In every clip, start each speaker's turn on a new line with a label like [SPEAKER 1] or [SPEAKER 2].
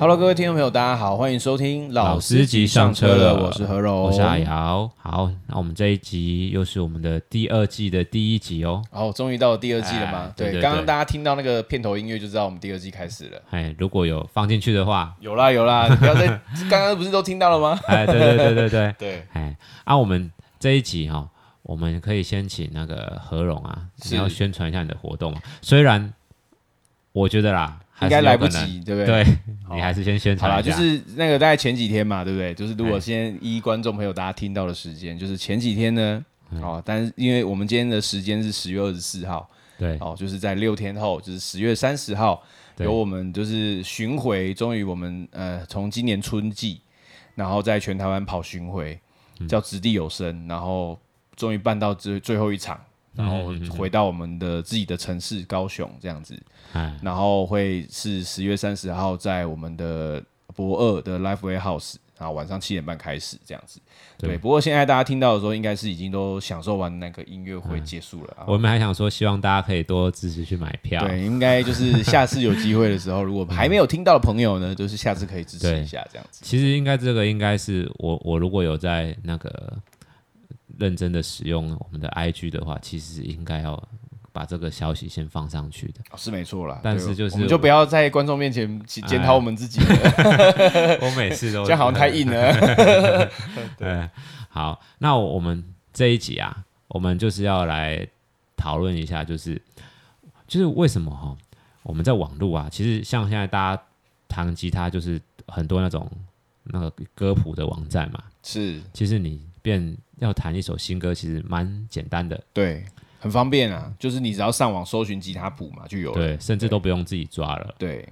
[SPEAKER 1] Hello，各位听众朋友，大家好，欢迎收听
[SPEAKER 2] 老司机上车了，
[SPEAKER 1] 我是何荣，
[SPEAKER 2] 我是海瑶。好，那我们这一集又是我们的第二季的第一集哦。
[SPEAKER 1] 哦，终于到了第二季了嘛？
[SPEAKER 2] 哎对对
[SPEAKER 1] 刚刚
[SPEAKER 2] 对
[SPEAKER 1] 大家听到那个片头音乐就知道我们第二季开始了。，
[SPEAKER 2] 哎，如果有放进去的话
[SPEAKER 1] 有啦有 啦，你不要再刚刚不是都听到了吗？
[SPEAKER 2] 哎，对对对对 对，
[SPEAKER 1] 对，
[SPEAKER 2] 哎，啊，我们这一集哈、哦，我们可以先请那个何荣啊，
[SPEAKER 1] 是
[SPEAKER 2] 你要宣传一下你的活动嘛。虽然我觉得啦，还
[SPEAKER 1] 应
[SPEAKER 2] 是
[SPEAKER 1] 该来
[SPEAKER 2] 有可
[SPEAKER 1] 不
[SPEAKER 2] 能，
[SPEAKER 1] 及，对不对？
[SPEAKER 2] 对
[SPEAKER 1] 好
[SPEAKER 2] 你还是先宣
[SPEAKER 1] 好啦，
[SPEAKER 2] 传一
[SPEAKER 1] 就
[SPEAKER 2] 下。
[SPEAKER 1] 是那个大概前几天嘛，对不对？就是如果
[SPEAKER 2] 哎
[SPEAKER 1] 先依观众朋友大家听到的时间，就是前几天呢，
[SPEAKER 2] 嗯
[SPEAKER 1] 哦，但是因为我们今天的时间是十月二十四号，
[SPEAKER 2] 对
[SPEAKER 1] 哦，就是在六天后，就是十月三十号，
[SPEAKER 2] 对
[SPEAKER 1] 有我们就是巡回，终于我们呃从今年春季，然后在全台湾跑巡回，
[SPEAKER 2] 嗯
[SPEAKER 1] 叫掷地有声，然后终于办到最最后一场，然后
[SPEAKER 2] 嗯
[SPEAKER 1] 回到我们的自己的城市高雄这样子，
[SPEAKER 2] 哎，
[SPEAKER 1] 然后会是十月三十号在我们的博二的 Lifeway House。啊，晚上七点半开始这样子，
[SPEAKER 2] 对
[SPEAKER 1] 对。不过现在大家听到的时候，应该是已经都享受完那个音乐会结束了啊。
[SPEAKER 2] 我们还想说，希望大家可以多支持去买票。
[SPEAKER 1] 对，应该就是下次有机会的时候，如果还没有听到的朋友呢，就是下次可以支持一
[SPEAKER 2] 嗯
[SPEAKER 1] 下这样子。
[SPEAKER 2] 其实应该这个应该是我我如果有在那个认真的使用我们的 IG 的话，其实应该要把这个消息先放上去的。
[SPEAKER 1] 哦是没错啦，
[SPEAKER 2] 但
[SPEAKER 1] 对
[SPEAKER 2] 是就是哎
[SPEAKER 1] 我们就不要在观众面前检检讨我们自己了，
[SPEAKER 2] 我每次都
[SPEAKER 1] 这样好像太硬了。
[SPEAKER 2] 对。好，那我们这一集啊，我们就是要来讨论一下，就是就是为什么哈，我们在网络啊，其实像现在大家弹吉他，就是很多那种那个歌谱的网站嘛，
[SPEAKER 1] 是，
[SPEAKER 2] 其实你变要弹一首新歌，其实蛮简单的。
[SPEAKER 1] 对，很方便啊，就是你只要上网搜寻吉他谱嘛，就有了。
[SPEAKER 2] 对，甚至都不用自己抓了。
[SPEAKER 1] 对，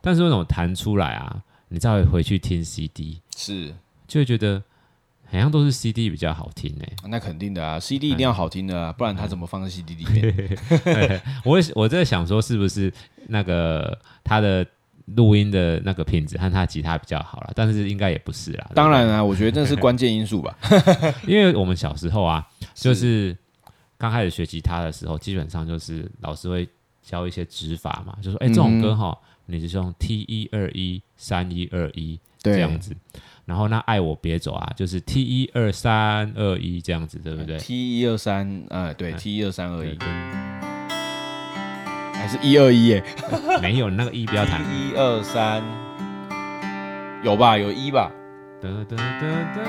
[SPEAKER 2] 但是为什么弹出来啊，你再回去听 CD，
[SPEAKER 1] 是，
[SPEAKER 2] 就会觉得好像都是 CD 比较好听呢、
[SPEAKER 1] 那肯定的啊，CD 一定要好听
[SPEAKER 2] 嗯
[SPEAKER 1] 的啊，不然它怎么放在 CD 里 面？
[SPEAKER 2] 我也我在想说，是不是那个他的录音的那个品质和他吉他比较好啦？但是应该也不是啦。
[SPEAKER 1] 当然啊，我觉得那是关键因素 吧。
[SPEAKER 2] 因为我们小时候啊，就是刚开始学吉他的时候，基本上就是老师会教一些指法嘛，就说哎、
[SPEAKER 1] 嗯
[SPEAKER 2] 这种歌哈，你就是用 T 一二一三一二一这
[SPEAKER 1] 对
[SPEAKER 2] 样子。然后那爱我别走啊，就是 T 一二三二一这样子，对不对？嗯
[SPEAKER 1] ，T 一二三，呃，对，T 一二三二一，还是一二一耶？
[SPEAKER 2] 没有那个 E 一不 要弹。
[SPEAKER 1] 一二三，有吧？有一吧？
[SPEAKER 2] 得得得得得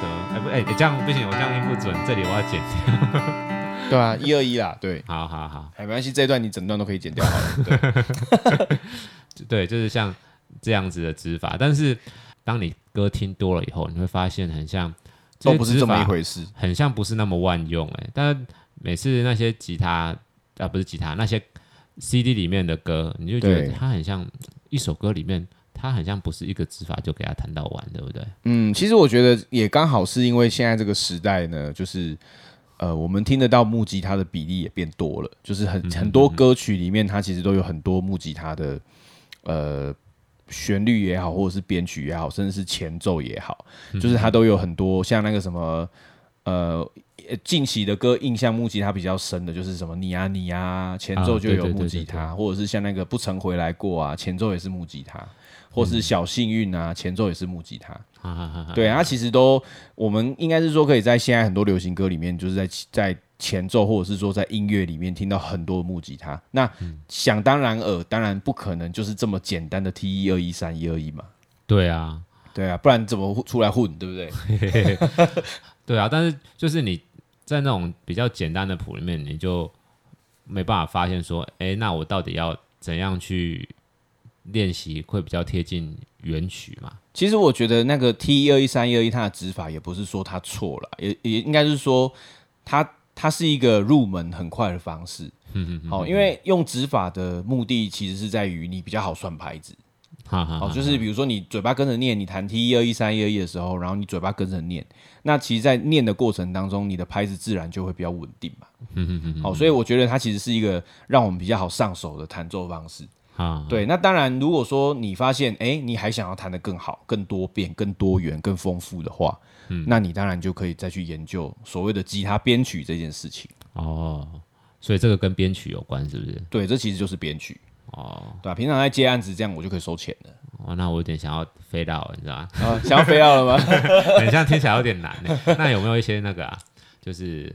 [SPEAKER 2] 得，哎不哎，这样不行，我这样音不准，这里我要剪掉。
[SPEAKER 1] 对啊，一二一啦，对。
[SPEAKER 2] 好好好，
[SPEAKER 1] 哎，没关系，这一段你整段都可以剪掉好了。
[SPEAKER 2] 对，就是像这样子的指法，但是当你歌听多了以后，你会发现很像
[SPEAKER 1] 都不是这么一
[SPEAKER 2] 回。
[SPEAKER 1] 回事。
[SPEAKER 2] 很像不是那么万用哎、但每次那些吉他啊不是吉他那些 CD 里面的歌，你就觉
[SPEAKER 1] 对
[SPEAKER 2] 得它很像一首歌里面，它很像不是一个指法就给它弹到完，对不对？
[SPEAKER 1] 嗯，其实我觉得也刚好是因为现在这个时代呢，就是呃，我们听得到木吉他的比例也变多了，就是
[SPEAKER 2] 嗯
[SPEAKER 1] 很很多歌曲里面它其实都有很多木吉他的呃旋律也好，或者是编曲也好，甚至是前奏也好，
[SPEAKER 2] 嗯
[SPEAKER 1] 就是它都有很多像那个什么呃。近期的歌印象木吉他比较深的就是什么你啊你啊，前奏
[SPEAKER 2] 啊
[SPEAKER 1] 就
[SPEAKER 2] 对
[SPEAKER 1] 有
[SPEAKER 2] 对
[SPEAKER 1] 木
[SPEAKER 2] 对
[SPEAKER 1] 吉
[SPEAKER 2] 对
[SPEAKER 1] 他，或者是像那个不曾回来过啊，前奏也是木吉他，或
[SPEAKER 2] 嗯
[SPEAKER 1] 是小幸运啊，前奏也是木吉他。
[SPEAKER 2] 哈哈哈哈。
[SPEAKER 1] 对，它其实都，我们应该是说可以在现在很多流行歌里面，就是在在前奏或者是说在音乐里面听到很多木吉他。那、想当然尔，当然不可能就是这么简单的 T 一二一三一二一嘛，
[SPEAKER 2] 对啊，
[SPEAKER 1] 对啊，不然怎么出来混，对不 对？
[SPEAKER 2] 对啊，但是就是你在那种比较简单的谱里面，你就没办法发现说，哎、那我到底要怎样去练习会比较贴近原曲嘛？
[SPEAKER 1] 其实我觉得那个 T 一二一三一二一它的指法也不是说它错了，也也应该是说它它是一个入门很快的方式。嗯嗯，好，因为用指法的目的其实是在于你比较好算拍子。
[SPEAKER 2] 哈哈哈
[SPEAKER 1] 哦，就是比如说你嘴巴跟着念，你弹 T 一二一三一二一的时候，然后你嘴巴跟着念，那其实，在念的过程当中，你的拍子自然就会比较稳定嘛。好、所以我觉得它其实是一个让我们比较好上手的弹奏方式。
[SPEAKER 2] 啊，
[SPEAKER 1] 对，那当然，如果说你发现，哎、你还想要弹得更好、更多变、更多元、更丰富的话，那你当然就可以再去研究所谓的吉他编曲这件事情。
[SPEAKER 2] 哦，所以这个跟编曲有关，是不是？
[SPEAKER 1] 对，这其实就是编曲，
[SPEAKER 2] 哦，
[SPEAKER 1] 对吧、平常在接案子这样，我就可以收钱了。
[SPEAKER 2] 哦，那我有点想要飞到，你知道吗？
[SPEAKER 1] 啊，想要飞到了吗？
[SPEAKER 2] 很像听起来有点难呢。那有没有一些那个啊，就是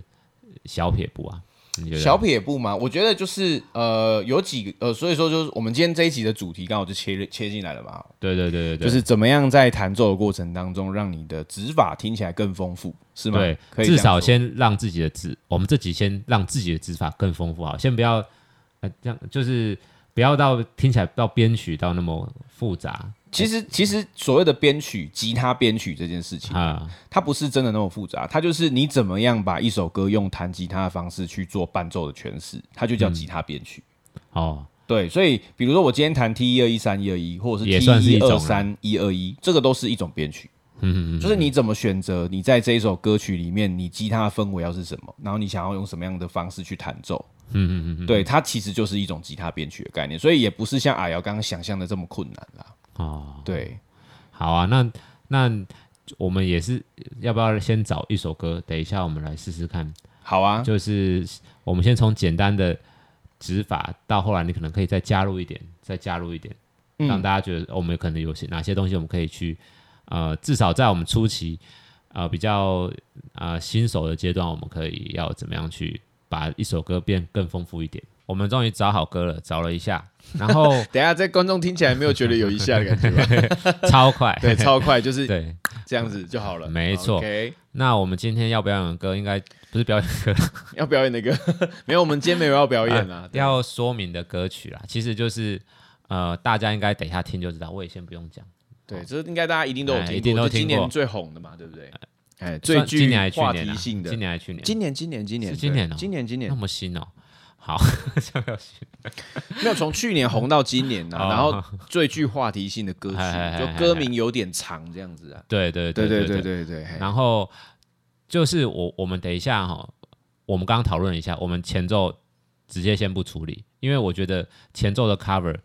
[SPEAKER 2] 小撇步啊？你觉得？
[SPEAKER 1] 小撇步嘛，我觉得就是呃，有几个呃，所以说就是我们今天这一集的主题刚好就切切进来了嘛，
[SPEAKER 2] 对对对对对，
[SPEAKER 1] 就是怎么样在弹奏的过程当中，让你的指法听起来更丰富，是吗？
[SPEAKER 2] 对，
[SPEAKER 1] 可以这
[SPEAKER 2] 至
[SPEAKER 1] 样
[SPEAKER 2] 少
[SPEAKER 1] 说
[SPEAKER 2] 先让自己的指，我们这集先让自己的指法更丰富好，先不要呃这样，就是不要到听起来到编曲到那么复杂
[SPEAKER 1] 其实其实所谓的编曲、吉他编曲这件事情，
[SPEAKER 2] 啊，
[SPEAKER 1] 它不是真的那么复杂，它就是你怎么样把一首歌用弹吉他的方式去做伴奏的诠释，它就
[SPEAKER 2] 嗯
[SPEAKER 1] 叫吉他编曲。
[SPEAKER 2] 哦，
[SPEAKER 1] 对，所以比如说我今天弹 T 一二一三一二一，或者
[SPEAKER 2] 也
[SPEAKER 1] 是 T
[SPEAKER 2] 算是一种
[SPEAKER 1] 二
[SPEAKER 2] 啦
[SPEAKER 1] 三一二一，这个都是一种编曲。
[SPEAKER 2] 嗯嗯嗯，
[SPEAKER 1] 就是你怎么选择你在这一首歌曲里面，你吉他的氛围要是什么，然后你想要用什么样的方式去弹奏，嗯嗯嗯，对，它其实就是一种吉他编曲的概念，所以也不是像阿瑶刚刚想象的这么困难啦。
[SPEAKER 2] 哦，
[SPEAKER 1] 对，
[SPEAKER 2] 好啊，那那我们也是要不要先找一首歌？等一下我们来试试看，
[SPEAKER 1] 好啊，
[SPEAKER 2] 就是我们先从简单的指法到后来，你可能可以再加入一点，再加入一点，
[SPEAKER 1] 嗯
[SPEAKER 2] 让大家觉得我们可能有些哪些东西我们可以去，呃，至少在我们初期，呃，比较呃新手的阶段，我们可以要怎么样去把一首歌变更丰富一点。我们终于找好歌了，找了一下，然后
[SPEAKER 1] 等一下这观众听起来没有觉得有一下的感觉吧？
[SPEAKER 2] 超快，
[SPEAKER 1] 对，超快，就是
[SPEAKER 2] 对，
[SPEAKER 1] 这样子就好了。
[SPEAKER 2] 没错
[SPEAKER 1] OK，
[SPEAKER 2] 那我们今天要表演的歌，应该不是表演歌，
[SPEAKER 1] 要表演的歌没有，我们今天没有要表演啦。对
[SPEAKER 2] 要说明的歌曲啦。其实就是呃，大家应该等一下听就知道，我也先不用讲。
[SPEAKER 1] 对，这应该大家一定都有听
[SPEAKER 2] 哦哎
[SPEAKER 1] 过，
[SPEAKER 2] 一定都
[SPEAKER 1] 这今
[SPEAKER 2] 听过
[SPEAKER 1] 年最红的嘛，对不对？哎，最
[SPEAKER 2] 算
[SPEAKER 1] 具
[SPEAKER 2] 今年还是去
[SPEAKER 1] 话
[SPEAKER 2] 年
[SPEAKER 1] 题
[SPEAKER 2] 啊？
[SPEAKER 1] 性的
[SPEAKER 2] 今，年还是去年？
[SPEAKER 1] 今年今年今年
[SPEAKER 2] 是今年哦
[SPEAKER 1] 对今年今年
[SPEAKER 2] 那么新哦。好，这个要新
[SPEAKER 1] 没有从去年红到今年呐、
[SPEAKER 2] 哦哎
[SPEAKER 1] 然后最具话题性的歌曲
[SPEAKER 2] 嗨嗨，嗨
[SPEAKER 1] 就歌名有点长这样子啊。
[SPEAKER 2] 对对
[SPEAKER 1] 对
[SPEAKER 2] 对
[SPEAKER 1] 对对
[SPEAKER 2] 对。
[SPEAKER 1] 对对，嘿
[SPEAKER 2] 然后就是我我们等一下哈、我们刚刚讨论了一下，我们前奏直接先不处理，因为我觉得前奏的 cover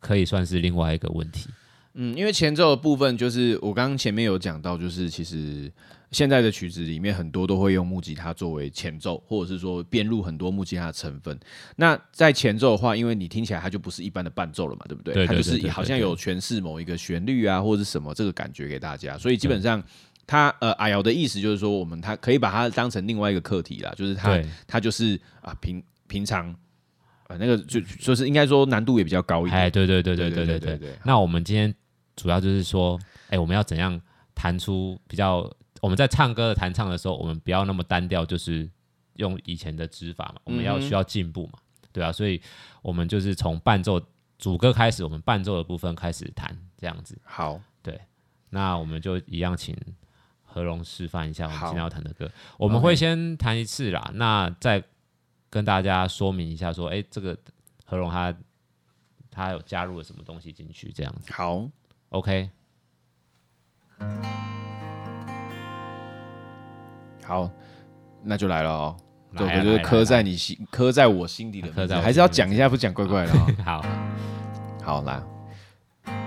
[SPEAKER 2] 可以算是另外一个问题。
[SPEAKER 1] 嗯，因为前奏的部分就是我刚刚前面有讲到，就是其实现在的曲子里面很多都会用木吉他作为前奏，或者是说编入很多木吉他的成分。那在前奏的话，因为你听起来它就不是一般的伴奏了嘛，对不对？
[SPEAKER 2] 对对
[SPEAKER 1] 它
[SPEAKER 2] 对
[SPEAKER 1] 就是
[SPEAKER 2] 对
[SPEAKER 1] 好
[SPEAKER 2] 对
[SPEAKER 1] 像
[SPEAKER 2] 对
[SPEAKER 1] 有诠释某一个旋律啊，或者是什么这个感觉给大家，所以基本上。他呃，阿瑶的意思就是说，我们他可以把它当成另外一个课题啦，就是他
[SPEAKER 2] 对，
[SPEAKER 1] 它就是啊平平常呃那个就就是应该说难度也比较高一
[SPEAKER 2] 哎，
[SPEAKER 1] 点。
[SPEAKER 2] 对对对
[SPEAKER 1] 对
[SPEAKER 2] 对对对
[SPEAKER 1] 对
[SPEAKER 2] 对。
[SPEAKER 1] 对，
[SPEAKER 2] 那我们今天主要就是说，哎、我们要怎样弹出比较？我们在唱歌的弹唱的时候，我们不要那么单调，就是用以前的指法嘛，我们要
[SPEAKER 1] 嗯哼
[SPEAKER 2] 需要进步嘛，对啊，所以我们就是从伴奏主歌开始，我们伴奏的部分开始弹这样子。
[SPEAKER 1] 好，
[SPEAKER 2] 那我们就一样请何龙示范一下我们
[SPEAKER 1] 好
[SPEAKER 2] 今天要弹的歌，我们会先弹一次啦，那再跟大家说明一下说，哎、这个何龙他他有加入了什么东西进去这样子。
[SPEAKER 1] 好，
[SPEAKER 2] OK，
[SPEAKER 1] 好，那就来了哦。对，
[SPEAKER 2] 来啊
[SPEAKER 1] 我觉得
[SPEAKER 2] 来啊
[SPEAKER 1] 刻在你心，刻在我心底的
[SPEAKER 2] 刻
[SPEAKER 1] 名字，
[SPEAKER 2] 在我
[SPEAKER 1] 还是要
[SPEAKER 2] 心
[SPEAKER 1] 讲一下，不讲怪怪的哦。
[SPEAKER 2] 好，
[SPEAKER 1] 好，来。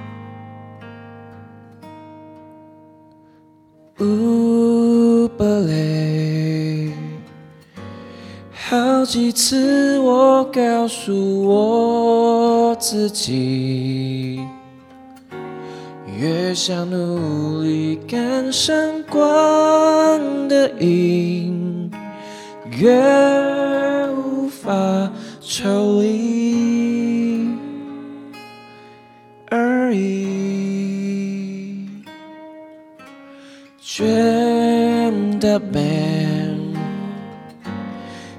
[SPEAKER 3] 乌巴雷，好几次我告诉我自己，越想努力赶上光的影，越无法抽离而已。真的美，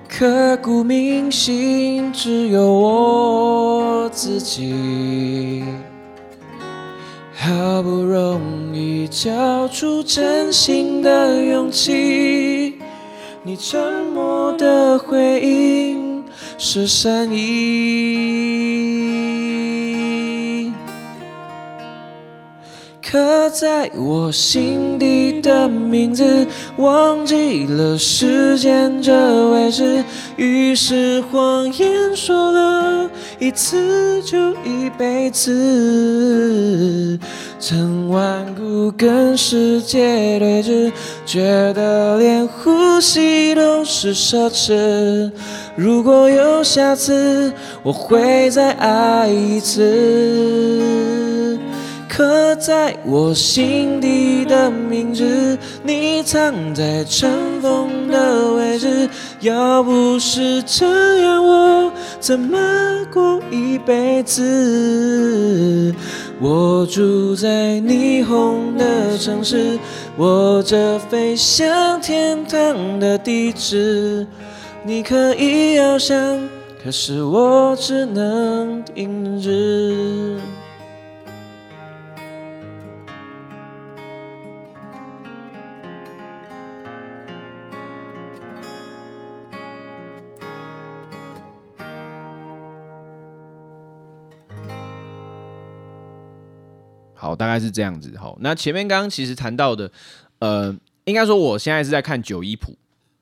[SPEAKER 3] 刻骨铭心，只有我自己。好不容易交出真心的勇气，你沉默的回应是善意。刻在我心底的名字，忘记了时间这回事，于是谎言说了一次就一辈子，曾顽固跟世界对峙，觉得连呼吸都是奢侈。如果有下次，我会再爱一次。在我心底的名字，你藏在尘封的位置。要不是这样，我怎么过一辈子？我住在霓虹的城市，我这飞向天堂的地址。你可以翱翔，可是我只能停止。
[SPEAKER 1] 好，大概是这样子。好，那前面刚刚其实谈到的，呃，应该说我现在是在看九一谱，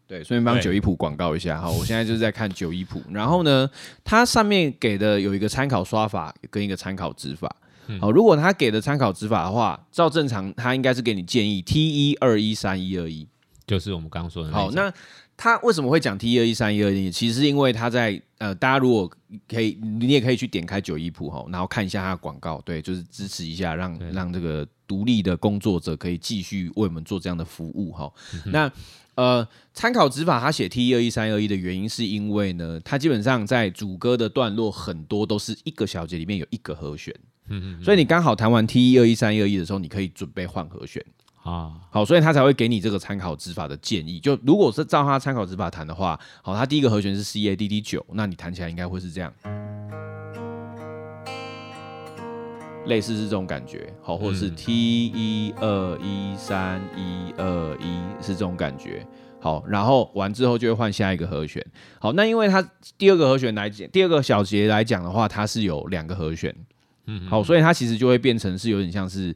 [SPEAKER 1] 对，顺便帮
[SPEAKER 2] 对
[SPEAKER 1] 九一谱广告一下哈。我现在就是在看九一谱，然后呢，它上面给的有一个参考刷法跟一个参考指法。好，如果他给的参考指法的话，照正常，他应该是给你建议 T 一二一三一二一。
[SPEAKER 2] 就是我们刚刚说的那一
[SPEAKER 1] 好，
[SPEAKER 2] 种
[SPEAKER 1] 那他为什么会讲 T 二一三一二一？其实是因为他在呃，大家如果可以，你也可以去点开九一铺哈，然后看一下他的广告，对，就是支持一下，让让这个独立的工作者可以继续为我们做这样的服务哈。
[SPEAKER 2] 嗯
[SPEAKER 1] 那呃，参考指法他写 T 二一三二一的原因，是因为呢，他基本上在主歌的段落很多都是一个小节里面有一个和弦，
[SPEAKER 2] 嗯
[SPEAKER 1] 所以你刚好弹完 T 一二一三一二一的时候，你可以准备换和弦。
[SPEAKER 2] 啊，
[SPEAKER 1] 好，所以他才会给你这个参考指法的建议。就如果是照他参考指法弹的话，好，他第一个和弦是 C A D D 九，那你弹起来应该会是这样，类似是这种感觉。好，或者是
[SPEAKER 2] 嗯
[SPEAKER 1] T 一二一三一二一是这种感觉。好，然后完之后就会换下一个和弦。好，那因为它第二个和弦来讲，第二个小节来讲的话，它是有两个和弦。嗯，好，所以它其实就会变成是有点像是，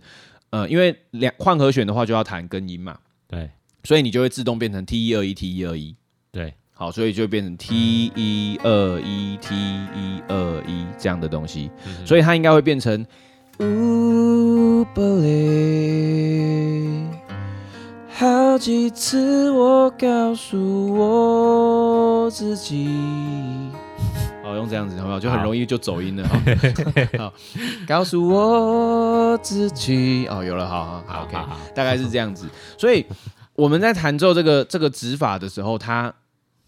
[SPEAKER 1] 呃，因为两换和弦的话就要弹根音嘛，
[SPEAKER 2] 对
[SPEAKER 1] 所以你就会自动变成 T 一二一 T 一二一。
[SPEAKER 2] 对，
[SPEAKER 1] 好，所以就会变成 T 一二一 T 一二一这样的东西，
[SPEAKER 2] 嗯
[SPEAKER 1] 所以它应该会变成
[SPEAKER 3] Ooh, believe 好几次我告诉我自己，
[SPEAKER 1] 哦，用这样子有没有就很
[SPEAKER 2] 好
[SPEAKER 1] 容易就走 音了哈。好， 告诉
[SPEAKER 3] 是
[SPEAKER 1] 我
[SPEAKER 3] 我自己。
[SPEAKER 1] 哦，有了，好好好
[SPEAKER 2] 好
[SPEAKER 1] ，OK，
[SPEAKER 2] 好好
[SPEAKER 1] 大概是这样子。所以我们在弹奏这个这个指法的时候，它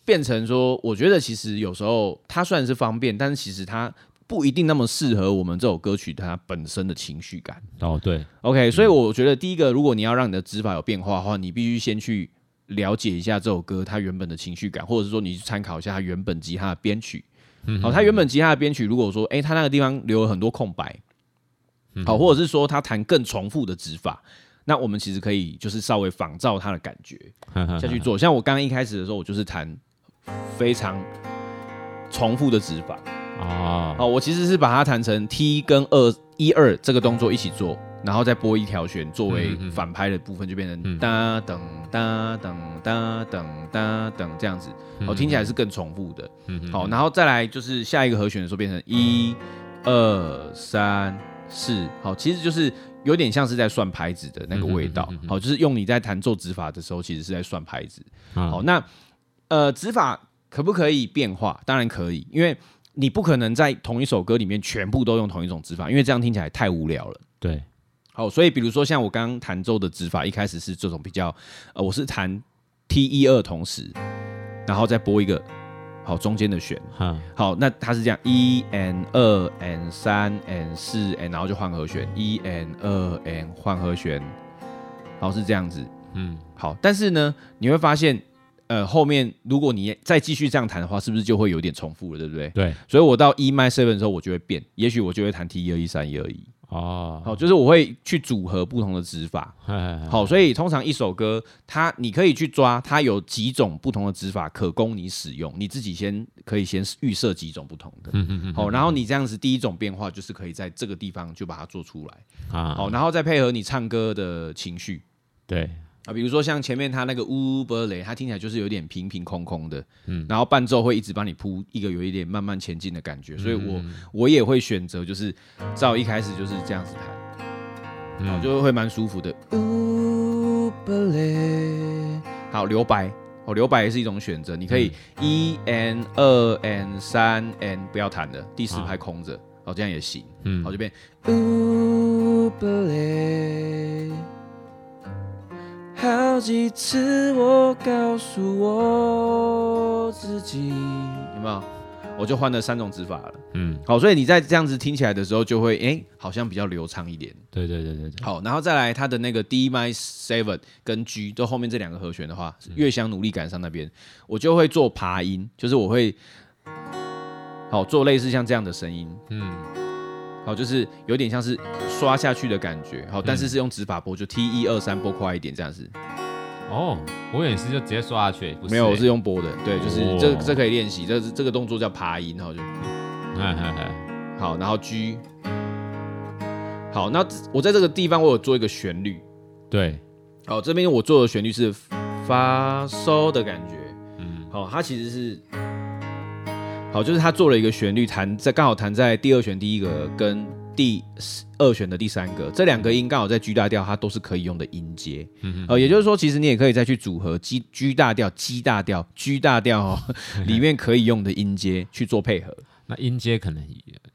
[SPEAKER 1] 变成说，我觉得其实有时候它虽然是方便，但是其实它不一定那么适合我们这首歌曲它本身的情绪感。
[SPEAKER 2] 哦对，
[SPEAKER 1] OK，所以我觉得第一个，如果你要让你的指法有变化的话，你必须先去了解一下这首歌它原本的情绪感，或者是说你去参考一下它原本吉他的编曲。好、它原本吉他的编曲，如果说诶，它那个地方留了很多空白，好、或者是说它弹更重复的指法，那我们其实可以就是稍微仿照它的感觉
[SPEAKER 2] 嗯
[SPEAKER 1] 下去做。像我刚刚一开始的时候，我就是弹非常重复的指法，
[SPEAKER 2] 哦，
[SPEAKER 1] 好，我其实是把它弹成 T 跟二一二这个动作一起做，然后再拨一条弦作为反拍的部分，就变成
[SPEAKER 2] 嗯
[SPEAKER 1] 哒噔哒噔哒噔哒噔这样子。
[SPEAKER 2] 嗯
[SPEAKER 1] 好，听起来是更重复的。好，然后再来就是下一个和弦的时候变成一二三四，好，其实就是有点像是在算拍子的那个味道
[SPEAKER 2] 嗯哼嗯哼嗯。哼
[SPEAKER 1] 好，就是用你在弹奏指法的时候，其实是在算拍子。
[SPEAKER 2] 好
[SPEAKER 1] 好，那呃，指法可不可以变化？当然可以，因为你不可能在同一首歌里面全部都用同一种指法，因为这样听起来太无聊了。
[SPEAKER 2] 对，
[SPEAKER 1] 好，所以比如说像我刚刚弹奏的指法，一开始是这种比较，呃，我是弹 T 一二同时，然后再拨一个好中间的弦。
[SPEAKER 2] 哈
[SPEAKER 1] 好，那它是这样一 n 二 n 三 n 四 n，然后就换和弦一 n 二 n 换和弦，然后是这样子。
[SPEAKER 2] 嗯
[SPEAKER 1] 好，但是呢，你会发现，呃，后面如果你再继续这样弹的话，是不是就会有点重复了，对不对？
[SPEAKER 2] 对
[SPEAKER 1] 所以我到 E m i seven 的时候，我就会变，也许我就会弹 T 一二一三一二一，
[SPEAKER 2] 哦，
[SPEAKER 1] 好，就是我会去组合不同的指法。
[SPEAKER 2] 好
[SPEAKER 1] 好，所以通常一首歌，它你可以去抓，它有几种不同的指法可供你使用，你自己先可以先预设几种不同
[SPEAKER 2] 嗯
[SPEAKER 1] 的。好，然后你这样子第一种变化就是可以在这个地方就把它做出来，
[SPEAKER 2] 啊
[SPEAKER 1] 好，然后再配合你唱歌的情绪，
[SPEAKER 2] 对
[SPEAKER 1] 啊，比如说像前面他那个乌波雷，它听起来就是有点平平空空的，嗯，然后伴奏会一直帮你铺一个有一点慢慢前进的感觉，所以我我也会选择就是照一开始就是这样子弹，好、
[SPEAKER 2] 嗯
[SPEAKER 1] 就会蛮舒服的。
[SPEAKER 3] Ooh, believe
[SPEAKER 1] 好，留白，哦，留白也是一种选择，你可以一 n 二 n 三 n 不要弹了，第四拍空着，哦，这样也行，
[SPEAKER 2] 嗯
[SPEAKER 1] 好，就变
[SPEAKER 3] Ooh, 不累。好几次我告诉我自己，
[SPEAKER 1] 有没有？我就换了三种指法了。
[SPEAKER 2] 嗯，
[SPEAKER 1] 好，所以你在这样子听起来的时候，就会哎、诶好像比较流畅一点。
[SPEAKER 2] 对对对对对，
[SPEAKER 1] 好，然后再来它的那个 D m i seven 跟 G 都后面这两个和弦的话，
[SPEAKER 2] 嗯
[SPEAKER 1] 越想努力赶上那边，我就会做爬音，就是我会好做类似像这样的声音，
[SPEAKER 2] 嗯
[SPEAKER 1] 好，就是有点像是刷下去的感觉，好，但是
[SPEAKER 2] 嗯
[SPEAKER 1] 是用指法拨，就 T 一二三拨快一点这样子，
[SPEAKER 2] 哦，我也是就直接刷下去，不
[SPEAKER 1] 没有，我
[SPEAKER 2] 欸
[SPEAKER 1] 是，用拨的，对，就是
[SPEAKER 2] 哦
[SPEAKER 1] 这这可以练习，这是这个动作叫爬音，好就
[SPEAKER 2] 哎哎哎，
[SPEAKER 1] 好，然后 G，好，那我在这个地方我有做一个旋律，
[SPEAKER 2] 对，
[SPEAKER 1] 好，这边我做的旋律是发收的感觉。
[SPEAKER 2] 嗯
[SPEAKER 1] 好，它其实是好，就是他做了一个旋律，弹在刚好弹在第二弦第一个跟第二弦的第三个，这两个音刚好在 G 大调，它都是可以用的音阶。
[SPEAKER 2] 嗯
[SPEAKER 1] 呃，也就是说，其实你也可以再去组合 G G 大调、G 大调、G 大调、哦、 里面可以用的音阶去做配合。
[SPEAKER 2] 那音阶可能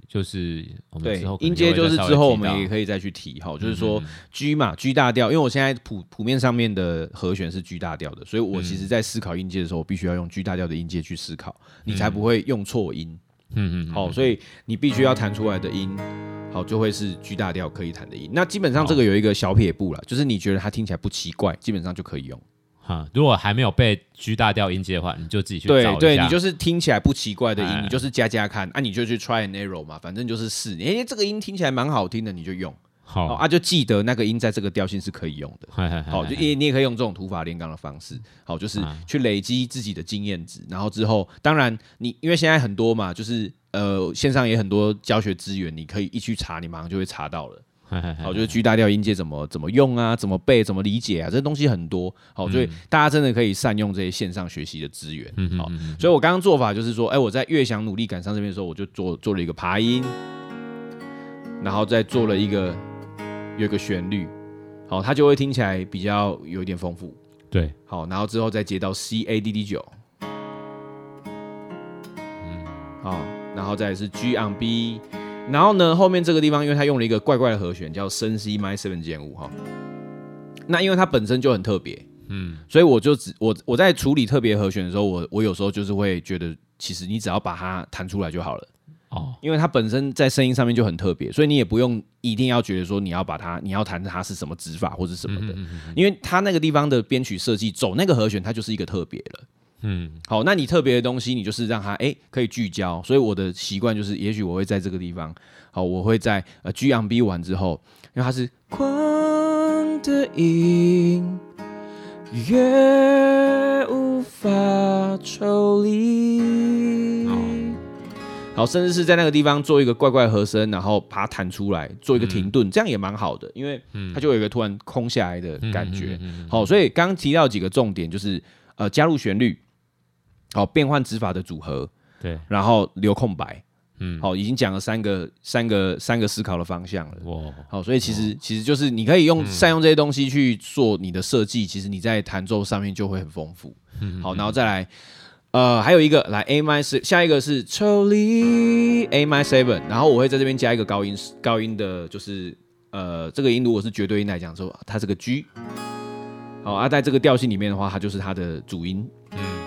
[SPEAKER 2] 就是我们
[SPEAKER 1] 对
[SPEAKER 2] 之后，可能
[SPEAKER 1] 音阶
[SPEAKER 2] 也会
[SPEAKER 1] 就是
[SPEAKER 2] 再稍微
[SPEAKER 1] 之后
[SPEAKER 2] 提
[SPEAKER 1] 我们
[SPEAKER 2] 到嗯
[SPEAKER 1] 也可以再去提哈，就是说 G 嘛，G 大调，因为我现在谱谱面上面的和弦是 G 大调的，所以我其
[SPEAKER 2] 嗯
[SPEAKER 1] 实在思考音阶的时候，我必须要用 G 大调的音阶去思考，你才不会用错音。
[SPEAKER 2] 嗯嗯嗯，
[SPEAKER 1] 好，
[SPEAKER 2] 嗯
[SPEAKER 1] 所以你必须要弹出来的音，好就会是 G 大调可以弹的音。那基本上这个有一个小撇步啦，就是你觉得它听起来不奇怪，基本上就可以用。
[SPEAKER 2] 哈，如果还没有被 G 大调音阶的话，你就自己去找一
[SPEAKER 1] 对
[SPEAKER 2] 下，
[SPEAKER 1] 对，你就是听起来不奇怪的音，
[SPEAKER 2] 哎
[SPEAKER 1] 你就是加加看，啊，你就去 try and error 嘛，反正就是试。诶，这个音听起来蛮好听的，你就用。哦
[SPEAKER 2] 好，
[SPEAKER 1] 啊，就记得那个音在这个调性是可以用的。
[SPEAKER 2] 嗨嗨嗨
[SPEAKER 1] 好，就
[SPEAKER 2] 嗨
[SPEAKER 1] 也你也可以用这种土法炼钢的方式，好，就是
[SPEAKER 2] 哎啊
[SPEAKER 1] 去累积自己的经验值，然后之后，当然你因为现在很多嘛，就是呃线上也很多教学资源，你可以一去查，你马上就会查到了。
[SPEAKER 2] 嗨嗨嗨
[SPEAKER 1] 好，就是 G 大调音阶怎么怎么用啊，怎么背，怎么理解啊，这东西很多。好，所以大家真的可以善用这些线上学习的资源。
[SPEAKER 2] 嗯嗯嗯
[SPEAKER 1] 好
[SPEAKER 2] 嗯，嗯
[SPEAKER 1] 所以我刚刚做法就是说，哎、我在越想努力赶上这边的时候，我就做做了一个爬音，然后再做了一个有一个旋律，好，它就会听起来比较有一点丰富。
[SPEAKER 2] 对，
[SPEAKER 1] 好，然后之后再接到 C A D D 九，嗯，好，然后再来是 G on B，然后呢后面这个地方，因为它用了一个怪怪的和弦，叫升 C m i seven 减五哈。那因为它本身就很特别，
[SPEAKER 2] 嗯，
[SPEAKER 1] 所以我就只我我在处理特别和弦的时候，我我有时候就是会觉得，其实你只要把它弹出来就好了，
[SPEAKER 2] 哦，
[SPEAKER 1] 因为它本身在声音上面就很特别，所以你也不用一定要觉得说你要把它你要弹它是什么指法或者什么
[SPEAKER 2] 嗯
[SPEAKER 1] 的，因为它那个地方的编曲设计走那个和弦，它就是一个特别了。
[SPEAKER 2] 嗯，
[SPEAKER 1] 好，那你特别的东西，你就是让它哎、诶可以聚焦。所以我的习惯就是，也许我会在这个地方，好，我会在呃 G M B 完之后，因为它是
[SPEAKER 3] 光的影越无法抽离。
[SPEAKER 2] 哦
[SPEAKER 1] 好，甚至是在那个地方做一个怪怪的和声，然后把它弹出来，做一个
[SPEAKER 2] 嗯
[SPEAKER 1] 停顿，这样也蛮好的，因为它就有一个突然空下来的感觉。
[SPEAKER 2] 嗯
[SPEAKER 1] 好，所以刚刚提到几个重点，就是呃加入旋律，好变换指法的组合，
[SPEAKER 2] 对，
[SPEAKER 1] 然后留空白。
[SPEAKER 2] 嗯，
[SPEAKER 1] 好，已经讲了三个、三个、三个思考的方向了。
[SPEAKER 2] 我
[SPEAKER 1] 好，所以其实、其实就是你可以用善用这些东西去做你的设计，其实你在弹奏上面就会很丰富。
[SPEAKER 2] 嗯
[SPEAKER 1] 好，然后再来，呃，还有一个来 A m i 是下一个是抽离 A m i seven，然后我会在这边加一个高音高音的，就是呃这个音如果是绝对音来讲说，啊它是个 G。好，啊，在这个调性里面的话，它就是它的主音。
[SPEAKER 2] 嗯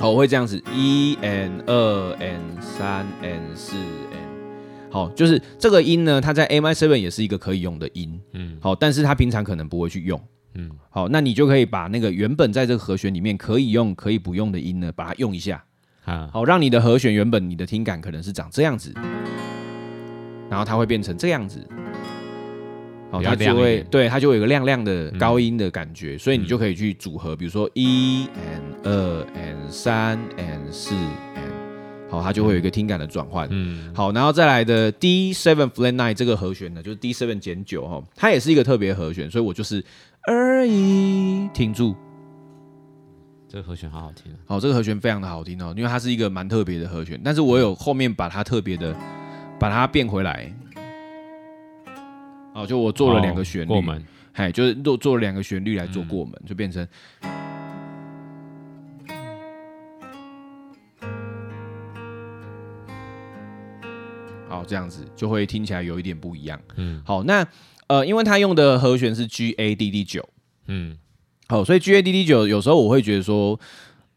[SPEAKER 1] 好，我会这样子，一 n 二 n 三 n 四 n，好，就是这个音呢，它在 A m i seven 也是一个可以用的音，
[SPEAKER 2] 嗯
[SPEAKER 1] 好，但是它平常可能不会去用，
[SPEAKER 2] 嗯，
[SPEAKER 1] 好，那你就可以把那个原本在这个和弦里面可以用可以不用的音呢，把它用一下，
[SPEAKER 2] 啊，
[SPEAKER 1] 好，让你的和弦原本你的听感可能是长这样子，然后它会变成这样子，好，
[SPEAKER 2] 比较
[SPEAKER 1] 它就
[SPEAKER 2] 亮一
[SPEAKER 1] 会
[SPEAKER 2] 点嗯
[SPEAKER 1] 对它就会有一个亮亮的高音的感觉，所以你就可以去组合，比如说一 and 二 and 三 and 四 and，好，它就会有一个听感的转换。
[SPEAKER 2] 嗯
[SPEAKER 1] 好，然后再来的 D seven flat nine 这个和弦呢，就是 D seven 减九哈，它也是一个特别和弦，所以我就是二一停住，
[SPEAKER 2] 这个和弦好好听啊，
[SPEAKER 1] 好，这个和弦非常的好听哦，因为它是一个蛮特别的和弦，但是我有后面把它特别的把它变回来。哦，就我做了两个旋律，
[SPEAKER 2] 过门，
[SPEAKER 1] 哎，就是做做了两个旋律来做过门，就变成好，调这样子，就会听起来有一点不一样。
[SPEAKER 2] 嗯
[SPEAKER 1] 好，那呃，因为它用的和弦是 G A D D 九，
[SPEAKER 2] 嗯
[SPEAKER 1] 好，所以 G A D D 九有时候我会觉得说，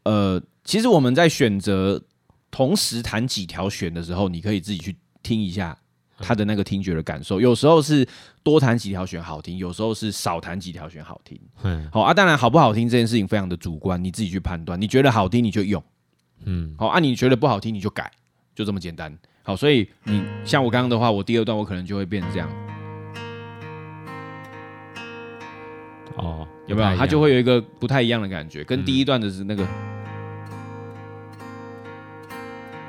[SPEAKER 1] 呃，其实我们在选择同时弹几条弦的时候，你可以自己去听一下它的那个听觉的感受。有时候是多弹几条弦好听，有时候是少弹几条弦好听。
[SPEAKER 2] 嗯
[SPEAKER 1] 好啊，当然好不好听这件事情非常的主观，你自己去判断。你觉得好听你就用，
[SPEAKER 2] 嗯
[SPEAKER 1] 好啊，你觉得不好听你就改，就这么简单。好，所以你像我刚刚的话，我第二段我可能就会变成这样，
[SPEAKER 2] 哦，
[SPEAKER 1] 有没有？它就会有一个不太一样的感觉，跟第一段的是那个。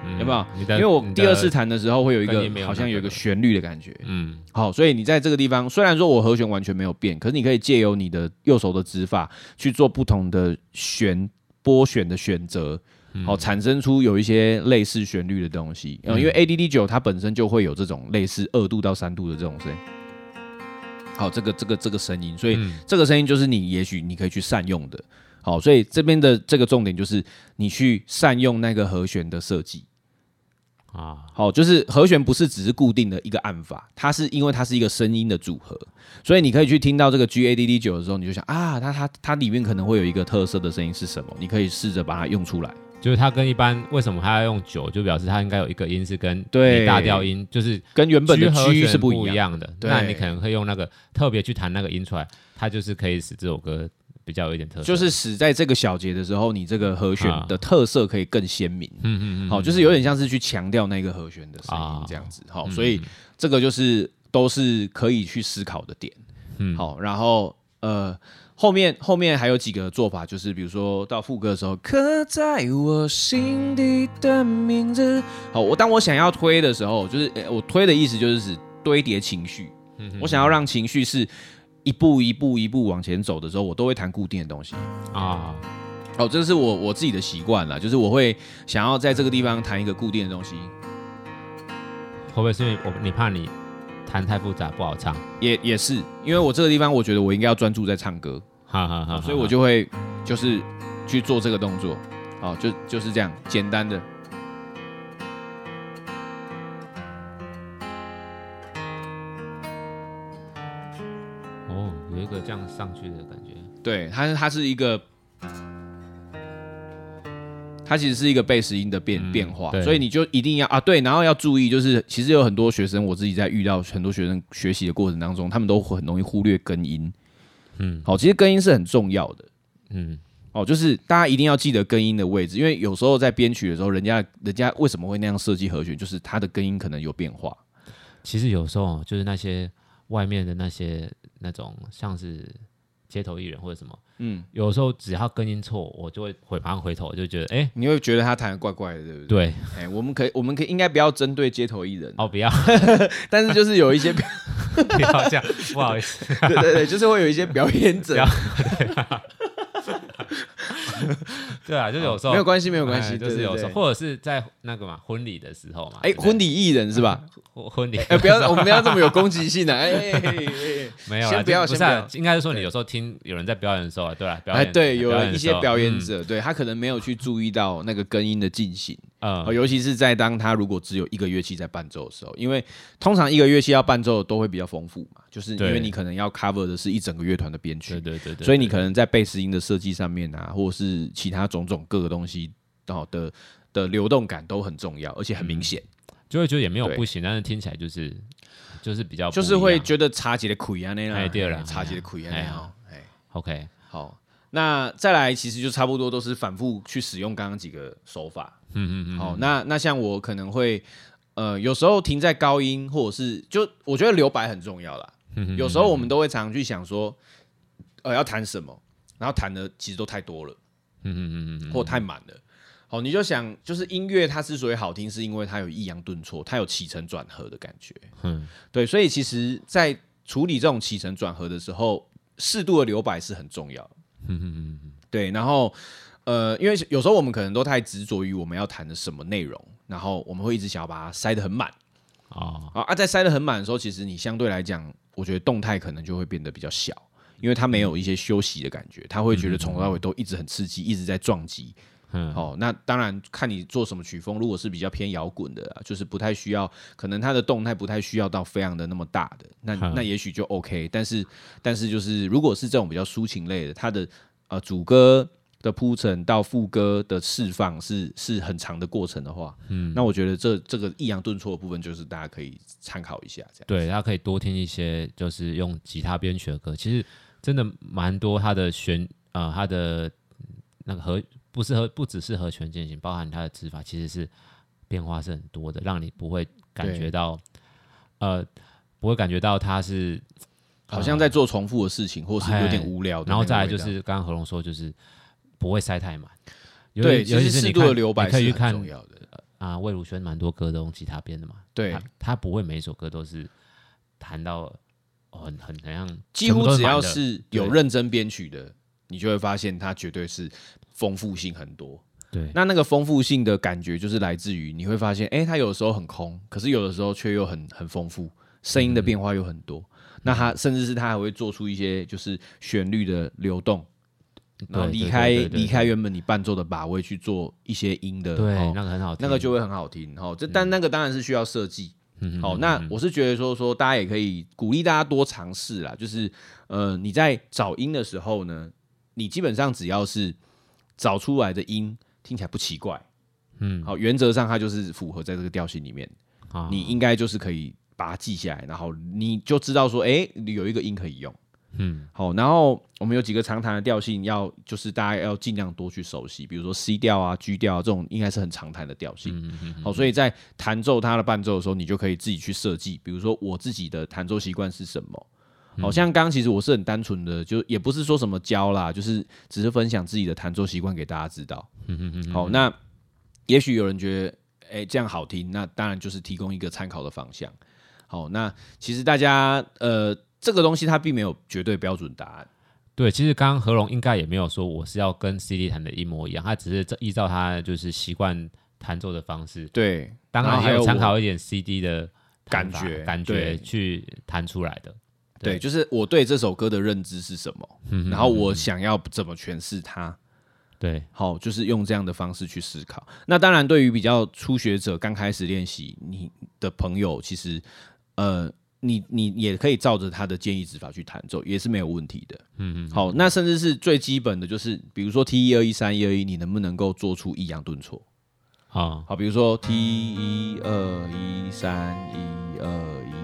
[SPEAKER 2] 嗯
[SPEAKER 1] 有没有？
[SPEAKER 2] 你的
[SPEAKER 1] 因为我
[SPEAKER 2] 你的
[SPEAKER 1] 第二次弹的时候会有一
[SPEAKER 2] 跟你没
[SPEAKER 1] 个
[SPEAKER 2] 有
[SPEAKER 1] 好像
[SPEAKER 2] 那
[SPEAKER 1] 有一
[SPEAKER 2] 个
[SPEAKER 1] 个旋律的感觉。
[SPEAKER 2] 嗯
[SPEAKER 1] 好，所以你在这个地方，虽然说我和弦完全没有变，可是你可以借由你的右手的指法去做不同的弦拨弦的选择，
[SPEAKER 2] 嗯
[SPEAKER 1] 好，产生出有一些类似旋律的东西。嗯，因为 ADD 九它本身就会有这种类似二度到三度的这种声音。好，这个这个这个声音，所以
[SPEAKER 2] 嗯
[SPEAKER 1] 这个声音就是你也许你可以去善用的。好，所以这边的这个重点就是你去善用那个和弦的设计。
[SPEAKER 2] 啊
[SPEAKER 1] 好，就是和弦不是只是固定的一个按法，它是因为它是一个声音的组合，所以你可以去听到这个 G A D D 九的时候，你就想啊，它它它里面可能会有一个特色的声音是什么？你可以试着把它用出来。
[SPEAKER 2] 就是它跟一般为什么它要用九，就表示它应该有一个音是跟
[SPEAKER 1] 对
[SPEAKER 2] 你大调音，就是
[SPEAKER 1] 跟原本的
[SPEAKER 2] G 和
[SPEAKER 1] G
[SPEAKER 2] 弦
[SPEAKER 1] 是
[SPEAKER 2] 不
[SPEAKER 1] 不一样，
[SPEAKER 2] 样的。
[SPEAKER 1] 对
[SPEAKER 2] 那你可能会用那个特别去弹那个音出来，它就是可以使这首歌比较有一点特色。
[SPEAKER 1] 就是使在这个小节的时候，你这个和弦的特色可以更鲜明。
[SPEAKER 2] 嗯嗯嗯，
[SPEAKER 1] 好，就是有点像是去强调那个和弦的声音
[SPEAKER 2] 啊
[SPEAKER 1] 这样子。好，所以这个就是都是可以去思考的点。
[SPEAKER 2] 嗯
[SPEAKER 1] 好，然后呃，后面后面还有几个做法，就是比如说到副歌的时候，
[SPEAKER 3] 刻在我心底的名字。
[SPEAKER 1] 好，我当我想要推的时候，就是、呃我推的意思就是指堆叠情绪，
[SPEAKER 2] 嗯
[SPEAKER 1] 我想要让情绪是一步一步一步往前走的时候，我都会弹固定的东西。
[SPEAKER 2] 啊，
[SPEAKER 1] 哦，这是我我自己的习惯啦，就是我会想要在这个地方弹一个固定的东西，
[SPEAKER 2] 会不会是因为我你怕你弹太复杂不好唱？
[SPEAKER 1] 也也是因为我这个地方，我觉得我应该要专注在唱歌，
[SPEAKER 2] 哈哈哈哈，
[SPEAKER 1] 所以我就会就是去做这个动作，哦，就就是这样简单的。
[SPEAKER 2] 哦有一个这样上去的感觉。
[SPEAKER 1] 对，它是它是一个，它其实是一个贝斯音的变、
[SPEAKER 2] 嗯
[SPEAKER 1] 变化，
[SPEAKER 2] 对
[SPEAKER 1] 所以你就一定要啊，对，然后要注意，就是其实有很多学生，我自己在遇到很多学生学习的过程当中，他们都很容易忽略根音。
[SPEAKER 2] 嗯
[SPEAKER 1] 好，其实根音是很重要的。
[SPEAKER 2] 嗯
[SPEAKER 1] 哦，就是大家一定要记得根音的位置，因为有时候在编曲的时候，人家人家为什么会那样设计和弦，就是它的根音可能有变化。
[SPEAKER 2] 其实有时候就是那些外面的那些那种像是街头艺人或者什么，
[SPEAKER 1] 嗯，
[SPEAKER 2] 有时候只要根音错，我就会回马上回头就觉得哎、
[SPEAKER 1] 你会觉得他弹的怪怪的，对不对？
[SPEAKER 2] 对，
[SPEAKER 1] 哎、我们可以我们可以应该不要针对街头艺人，
[SPEAKER 2] 哦不要
[SPEAKER 1] 但是就是有一些
[SPEAKER 2] 不要这样，不好意思。
[SPEAKER 1] 对对对，就是会有一些表演者
[SPEAKER 2] 不，要对啊，就是有时候
[SPEAKER 1] 没有关系，没有关
[SPEAKER 2] 哎
[SPEAKER 1] 系，
[SPEAKER 2] 就是
[SPEAKER 1] 对
[SPEAKER 2] 有时候，
[SPEAKER 1] 对对
[SPEAKER 2] 或者是在那个嘛婚礼的时候嘛，
[SPEAKER 1] 哎，
[SPEAKER 2] 对不对
[SPEAKER 1] 婚礼艺人是吧？
[SPEAKER 2] 婚婚礼
[SPEAKER 1] 哎，不要，我们不要这么有攻击性的，哎哎哎哎哎
[SPEAKER 2] 没有啦
[SPEAKER 1] 先不要
[SPEAKER 2] 就
[SPEAKER 1] 先
[SPEAKER 2] 是
[SPEAKER 1] 不
[SPEAKER 2] 啊
[SPEAKER 1] 要
[SPEAKER 2] 应该是说你有时候听有人在表演的时候啊，对啊，表
[SPEAKER 1] 哎，
[SPEAKER 2] 演
[SPEAKER 1] 对，
[SPEAKER 2] 表
[SPEAKER 1] 有
[SPEAKER 2] 演
[SPEAKER 1] 一
[SPEAKER 2] 的
[SPEAKER 1] 些
[SPEAKER 2] 时候嗯
[SPEAKER 1] 表演者，对他可能没有去注意到那个根音的进行，
[SPEAKER 2] 嗯
[SPEAKER 1] 哦尤其是在当他如果只有一个乐器在伴奏的时候，因为通常一个乐器要伴奏都会比较丰富嘛，就是因为
[SPEAKER 2] 对
[SPEAKER 1] 你可能要 cover 的是一整个乐团的编曲
[SPEAKER 2] 对，对对对，
[SPEAKER 1] 所以你可能在贝斯音的设计上面啊，或者是其他种种各个东西哦的的流动感都很重要，而且很
[SPEAKER 2] 嗯
[SPEAKER 1] 明显，
[SPEAKER 2] 就会觉得也没有
[SPEAKER 1] 对
[SPEAKER 2] 不行，但是听起来就是就是比较
[SPEAKER 1] 就是会
[SPEAKER 2] 就
[SPEAKER 1] 觉得差几的亏啊那样，
[SPEAKER 2] 哎对啦
[SPEAKER 1] 差几的亏啊那
[SPEAKER 2] 哎
[SPEAKER 1] 样
[SPEAKER 2] 呀
[SPEAKER 1] 哦，哎，
[SPEAKER 2] OK，
[SPEAKER 1] 好，那再来其实就差不多都是反复去使用刚刚几个手法，
[SPEAKER 2] 嗯嗯嗯，
[SPEAKER 1] 好，那那像我可能会。呃，有时候停在高音，或者是就我觉得留白很重要啦。
[SPEAKER 2] 嗯嗯
[SPEAKER 1] 有时候我们都会常去想说，呃，要弹什么，然后弹的其实都太多了。
[SPEAKER 2] 嗯嗯嗯嗯嗯，
[SPEAKER 1] 或太满了。好，你就想，就是音乐它之所以好听，是因为它有抑扬顿挫，它有起承转合的感觉。
[SPEAKER 2] 嗯
[SPEAKER 1] 对，所以其实，在处理这种起承转合的时候，适度的留白是很重要。
[SPEAKER 2] 嗯嗯嗯嗯，
[SPEAKER 1] 对，然后呃，因为有时候我们可能都太执着于我们要谈的什么内容，然后我们会一直想要把它塞得很满
[SPEAKER 2] 哦，
[SPEAKER 1] 啊啊，在塞得很满的时候，其实你相对来讲，我觉得动态可能就会变得比较
[SPEAKER 2] 嗯
[SPEAKER 1] 小。因为它没有一些休息的感觉，他会觉得从头到尾都一直很刺激，一直在撞击，
[SPEAKER 2] 嗯，
[SPEAKER 1] 好、那当然看你做什么曲风，如果是比较偏摇滚的啊、就是不太需要，可能它的动态不太需要到非常的那么大的，那
[SPEAKER 2] 嗯
[SPEAKER 1] 那也许就 OK。但是但是就是如果是这种比较抒情类的，它的呃主歌的铺陈到副歌的释放是是很长的过程的话，嗯，那我觉得这这个抑扬顿挫的部分，就是大家可以参考一下这样。
[SPEAKER 2] 对，他可以多听一些，就是用吉他编曲的歌。其实真的蛮多，他的旋呃，他的嗯那个和不是和不只是和弦进行，包含他的指法，其实是变化是很多的，让你不会感
[SPEAKER 1] 对
[SPEAKER 2] 觉到呃，不会感觉到他是
[SPEAKER 1] 好像在做重复的事情，或是有点无聊哦的那个
[SPEAKER 2] 哎然后
[SPEAKER 1] 味道。
[SPEAKER 2] 再来就是刚刚何龙说，就是不会塞太满。尤
[SPEAKER 1] 对，
[SPEAKER 2] 其尤
[SPEAKER 1] 其
[SPEAKER 2] 其
[SPEAKER 1] 实
[SPEAKER 2] 是你
[SPEAKER 1] 适度的
[SPEAKER 2] 看
[SPEAKER 1] 留白
[SPEAKER 2] 你可以
[SPEAKER 1] 是
[SPEAKER 2] 去
[SPEAKER 1] 很
[SPEAKER 2] 看
[SPEAKER 1] 重要的。
[SPEAKER 2] 啊，魏如萱蛮多歌都用吉他编的嘛，
[SPEAKER 1] 对
[SPEAKER 2] 他他不会每一首歌都是弹到哦很很怎样，
[SPEAKER 1] 几
[SPEAKER 2] 全部
[SPEAKER 1] 乎
[SPEAKER 2] 都
[SPEAKER 1] 只
[SPEAKER 2] 满
[SPEAKER 1] 要
[SPEAKER 2] 的
[SPEAKER 1] 是
[SPEAKER 2] 对
[SPEAKER 1] 有认真编曲的，你就会发现它绝对是丰富性很多。
[SPEAKER 2] 对
[SPEAKER 1] 那那个丰富性的感觉，就是来自于你会发现，哎、它有的时候很空，可是有的时候却又很很丰富，声音的
[SPEAKER 2] 嗯
[SPEAKER 1] 变化又很多。那它甚至是它还会做出一些就是旋律的流动，然后
[SPEAKER 2] 对
[SPEAKER 1] 离
[SPEAKER 2] 对
[SPEAKER 1] 开
[SPEAKER 2] 对对对
[SPEAKER 1] 离开原本你伴奏的把位去做一些音的
[SPEAKER 2] 对
[SPEAKER 1] 哦
[SPEAKER 2] 那嗯个很好听，
[SPEAKER 1] 那个就会很好听。哦，这但那个当然是需要设计。
[SPEAKER 2] 嗯
[SPEAKER 1] 好、那我是觉得说说大家也可以鼓励大家多尝试啦，就是呃你在找音的时候呢，你基本上只要是找出来的音听起来不奇怪，
[SPEAKER 2] 嗯
[SPEAKER 1] 好，原则上它就是符合在这个调性里面，
[SPEAKER 2] 啊
[SPEAKER 1] 你应该就是可以把它记下来，然后你就知道说，哎、有一个音可以用。
[SPEAKER 2] 嗯
[SPEAKER 1] 好，然后我们有几个常弹的调性要，就是大家要尽量多去熟悉，比如说 C 调啊、G 调啊这种，应该是很常弹的调
[SPEAKER 2] 嗯
[SPEAKER 1] 性。好，所以在弹奏它的伴奏的时候，你就可以自己去设计，比如说我自己的弹奏习惯是什么。
[SPEAKER 2] 嗯
[SPEAKER 1] 好像刚刚其实我是很单纯的，就也不是说什么教啦，就是只是分享自己的弹奏习惯给大家知道。
[SPEAKER 2] 嗯
[SPEAKER 1] 好，那也许有人觉得，哎、这样好听，那当然就是提供一个参考的方向。好，那其实大家呃，这个东西它并没有绝对标准答案。
[SPEAKER 2] 对，其实刚刚何龙应该也没有说我是要跟 CD 弹的一模一样，他只是这依照他就是习惯弹奏的方式，
[SPEAKER 1] 对，
[SPEAKER 2] 当
[SPEAKER 1] 然后还
[SPEAKER 2] 也有
[SPEAKER 1] 我
[SPEAKER 2] 参考一点 CD 的弹法
[SPEAKER 1] 感觉
[SPEAKER 2] 感
[SPEAKER 1] 对
[SPEAKER 2] 觉去弹出来的，
[SPEAKER 1] 对，就是我对这首歌的认知是什么，
[SPEAKER 2] 嗯
[SPEAKER 1] 然后我想要怎么诠释它。
[SPEAKER 2] 对，
[SPEAKER 1] 好，就是用这样的方式去思考。那当然，对于比较初学者刚开始练习，你的朋友其实，呃，你你也可以照着他的建议指法去弹奏，也是没有问题的。嗯嗯。好，那甚至是最基本的，就是比如说 T 一二一三一二一，你能不能够做出抑扬顿挫？
[SPEAKER 2] 啊，
[SPEAKER 1] 好，比如说 T 一二一三一二一，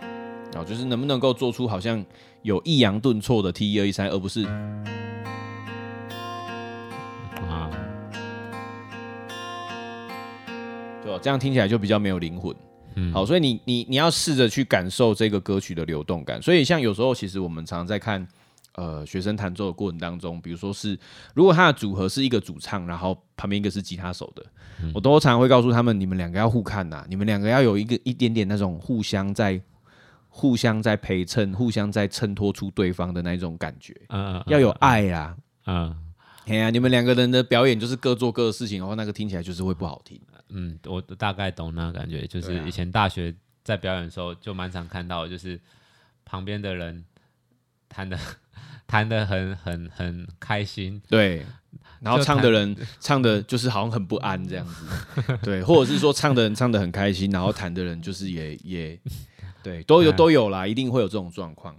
[SPEAKER 1] 然后哦就是能不能够做出好像有抑扬顿挫的 T 一二一三，而不是
[SPEAKER 2] 啊，
[SPEAKER 1] 对吧？这样听起来就比较没有灵魂。好，所以你你你要试着去感受这个歌曲的流动感。所以像有时候，其实我们常在看呃学生弹奏的过程当中，比如说是如果他的组合是一个主唱，然后旁边一个是吉他手的，我都常常会告诉他们，你们两个要互看呐、你们两个要有一个一点点那种互相在。互相在陪衬，互相在衬托出对方的那一种感觉，
[SPEAKER 2] 嗯，嗯
[SPEAKER 1] 要有，爱啦。
[SPEAKER 2] 嗯
[SPEAKER 1] 哎呀、你们两个人的表演就是各做各的事情的话，那个听起来就是会不好听。
[SPEAKER 2] 嗯，我大概懂那感觉，就
[SPEAKER 1] 对
[SPEAKER 2] 是
[SPEAKER 1] 啊
[SPEAKER 2] 以前大学在表演的时候就蛮常看到的，就是旁边的人弹的 弹的很很很开心，
[SPEAKER 1] 对，然后
[SPEAKER 2] 就
[SPEAKER 1] 唱
[SPEAKER 2] 弹
[SPEAKER 1] 的人唱的就是好像很不安这样子，对，或者是说唱的人唱的很开心，然后弹的人就是也也对，都有
[SPEAKER 2] 哎
[SPEAKER 1] 都有啦，一定会有这种状况。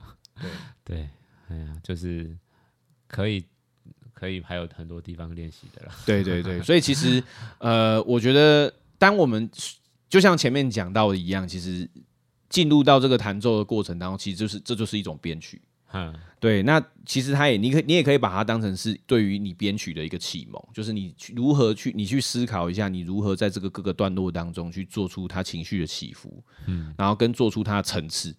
[SPEAKER 2] 对，哎呀，就是可以可以还有很多地方练习的啦，
[SPEAKER 1] 对对对，所以其实呃，我觉得当我们就像前面讲到的一样，其实进入到这个弹奏的过程当中，其实就是这就是一种编曲。
[SPEAKER 2] 嗯，
[SPEAKER 1] 对，那其实它也，你可你也可以把它当成是对于你编曲的一个启蒙，就是你去如何去你去思考一下，你如何在这个各个段落当中去做出它情绪的起伏，嗯，然后跟做出它的层次，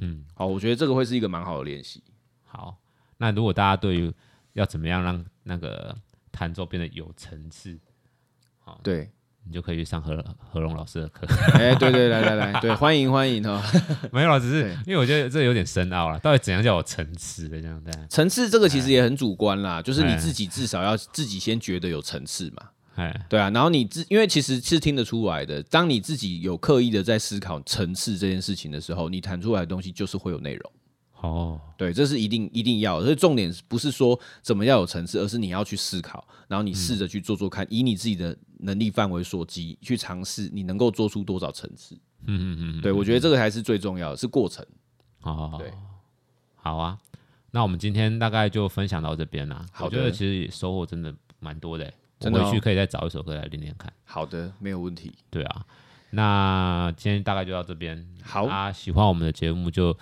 [SPEAKER 1] 嗯
[SPEAKER 2] 嗯，
[SPEAKER 1] 好，我觉得这个会是一个蛮好的练习。
[SPEAKER 2] 好，那如果大家对于要怎么样让那个弹奏变得有层次，
[SPEAKER 1] 对，
[SPEAKER 2] 你就可以去上何何龙老师的课。
[SPEAKER 1] 哎，对对，来来来，对，欢迎欢迎哦哈、
[SPEAKER 2] 没有啦，只是
[SPEAKER 1] 对
[SPEAKER 2] 因为我觉得这有点深奥了，到底怎样叫我层次的这样子？啊
[SPEAKER 1] 层次这个其实也很主观啦，就是你自己至少要自己先觉得有层次嘛。
[SPEAKER 2] 哎，
[SPEAKER 1] 对啊，然后你自因为其实是听得出来的，当你自己有刻意的在思考层次这件事情的时候，你弹出来的东西就是会有内容。
[SPEAKER 2] 哦，
[SPEAKER 1] 对，这是一定一定要的，所以重点不是说怎么样有层次，而是你要去思考，然后
[SPEAKER 2] 嗯
[SPEAKER 1] 你试着去做做看，以你自己的能力范围所及去尝试，你能够做出多少层次？
[SPEAKER 2] 嗯嗯嗯，
[SPEAKER 1] 对我觉得这个才是最重要的，是过程。
[SPEAKER 2] 哦，
[SPEAKER 1] 对，
[SPEAKER 2] 好啊。那我们今天大概就分享到这边啦。
[SPEAKER 1] 好
[SPEAKER 2] 我
[SPEAKER 1] 的
[SPEAKER 2] 觉得其实收获真的蛮多的欸，
[SPEAKER 1] 真的
[SPEAKER 2] 我回去
[SPEAKER 1] 哦
[SPEAKER 2] 可以再找一首歌来练练看。
[SPEAKER 1] 好的，没有问题。
[SPEAKER 2] 对啊，那今天大概就到这边。
[SPEAKER 1] 好
[SPEAKER 2] 啊，喜欢我们的节目就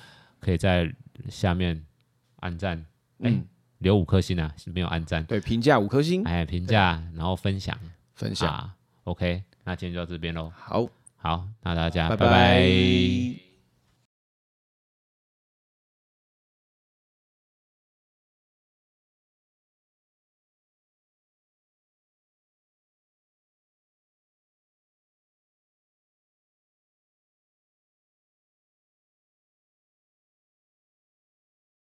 [SPEAKER 2] 可以在下面按赞，哎
[SPEAKER 1] 嗯，
[SPEAKER 2] 留五颗星啊，是没有按赞，
[SPEAKER 1] 对，评价五颗星，
[SPEAKER 2] 哎，啊评价，然后分享
[SPEAKER 1] 嗯分享。
[SPEAKER 2] 啊。OK，那今天就到这边喽。
[SPEAKER 1] 好，
[SPEAKER 2] 好，那大家
[SPEAKER 1] 拜
[SPEAKER 2] 拜
[SPEAKER 1] 拜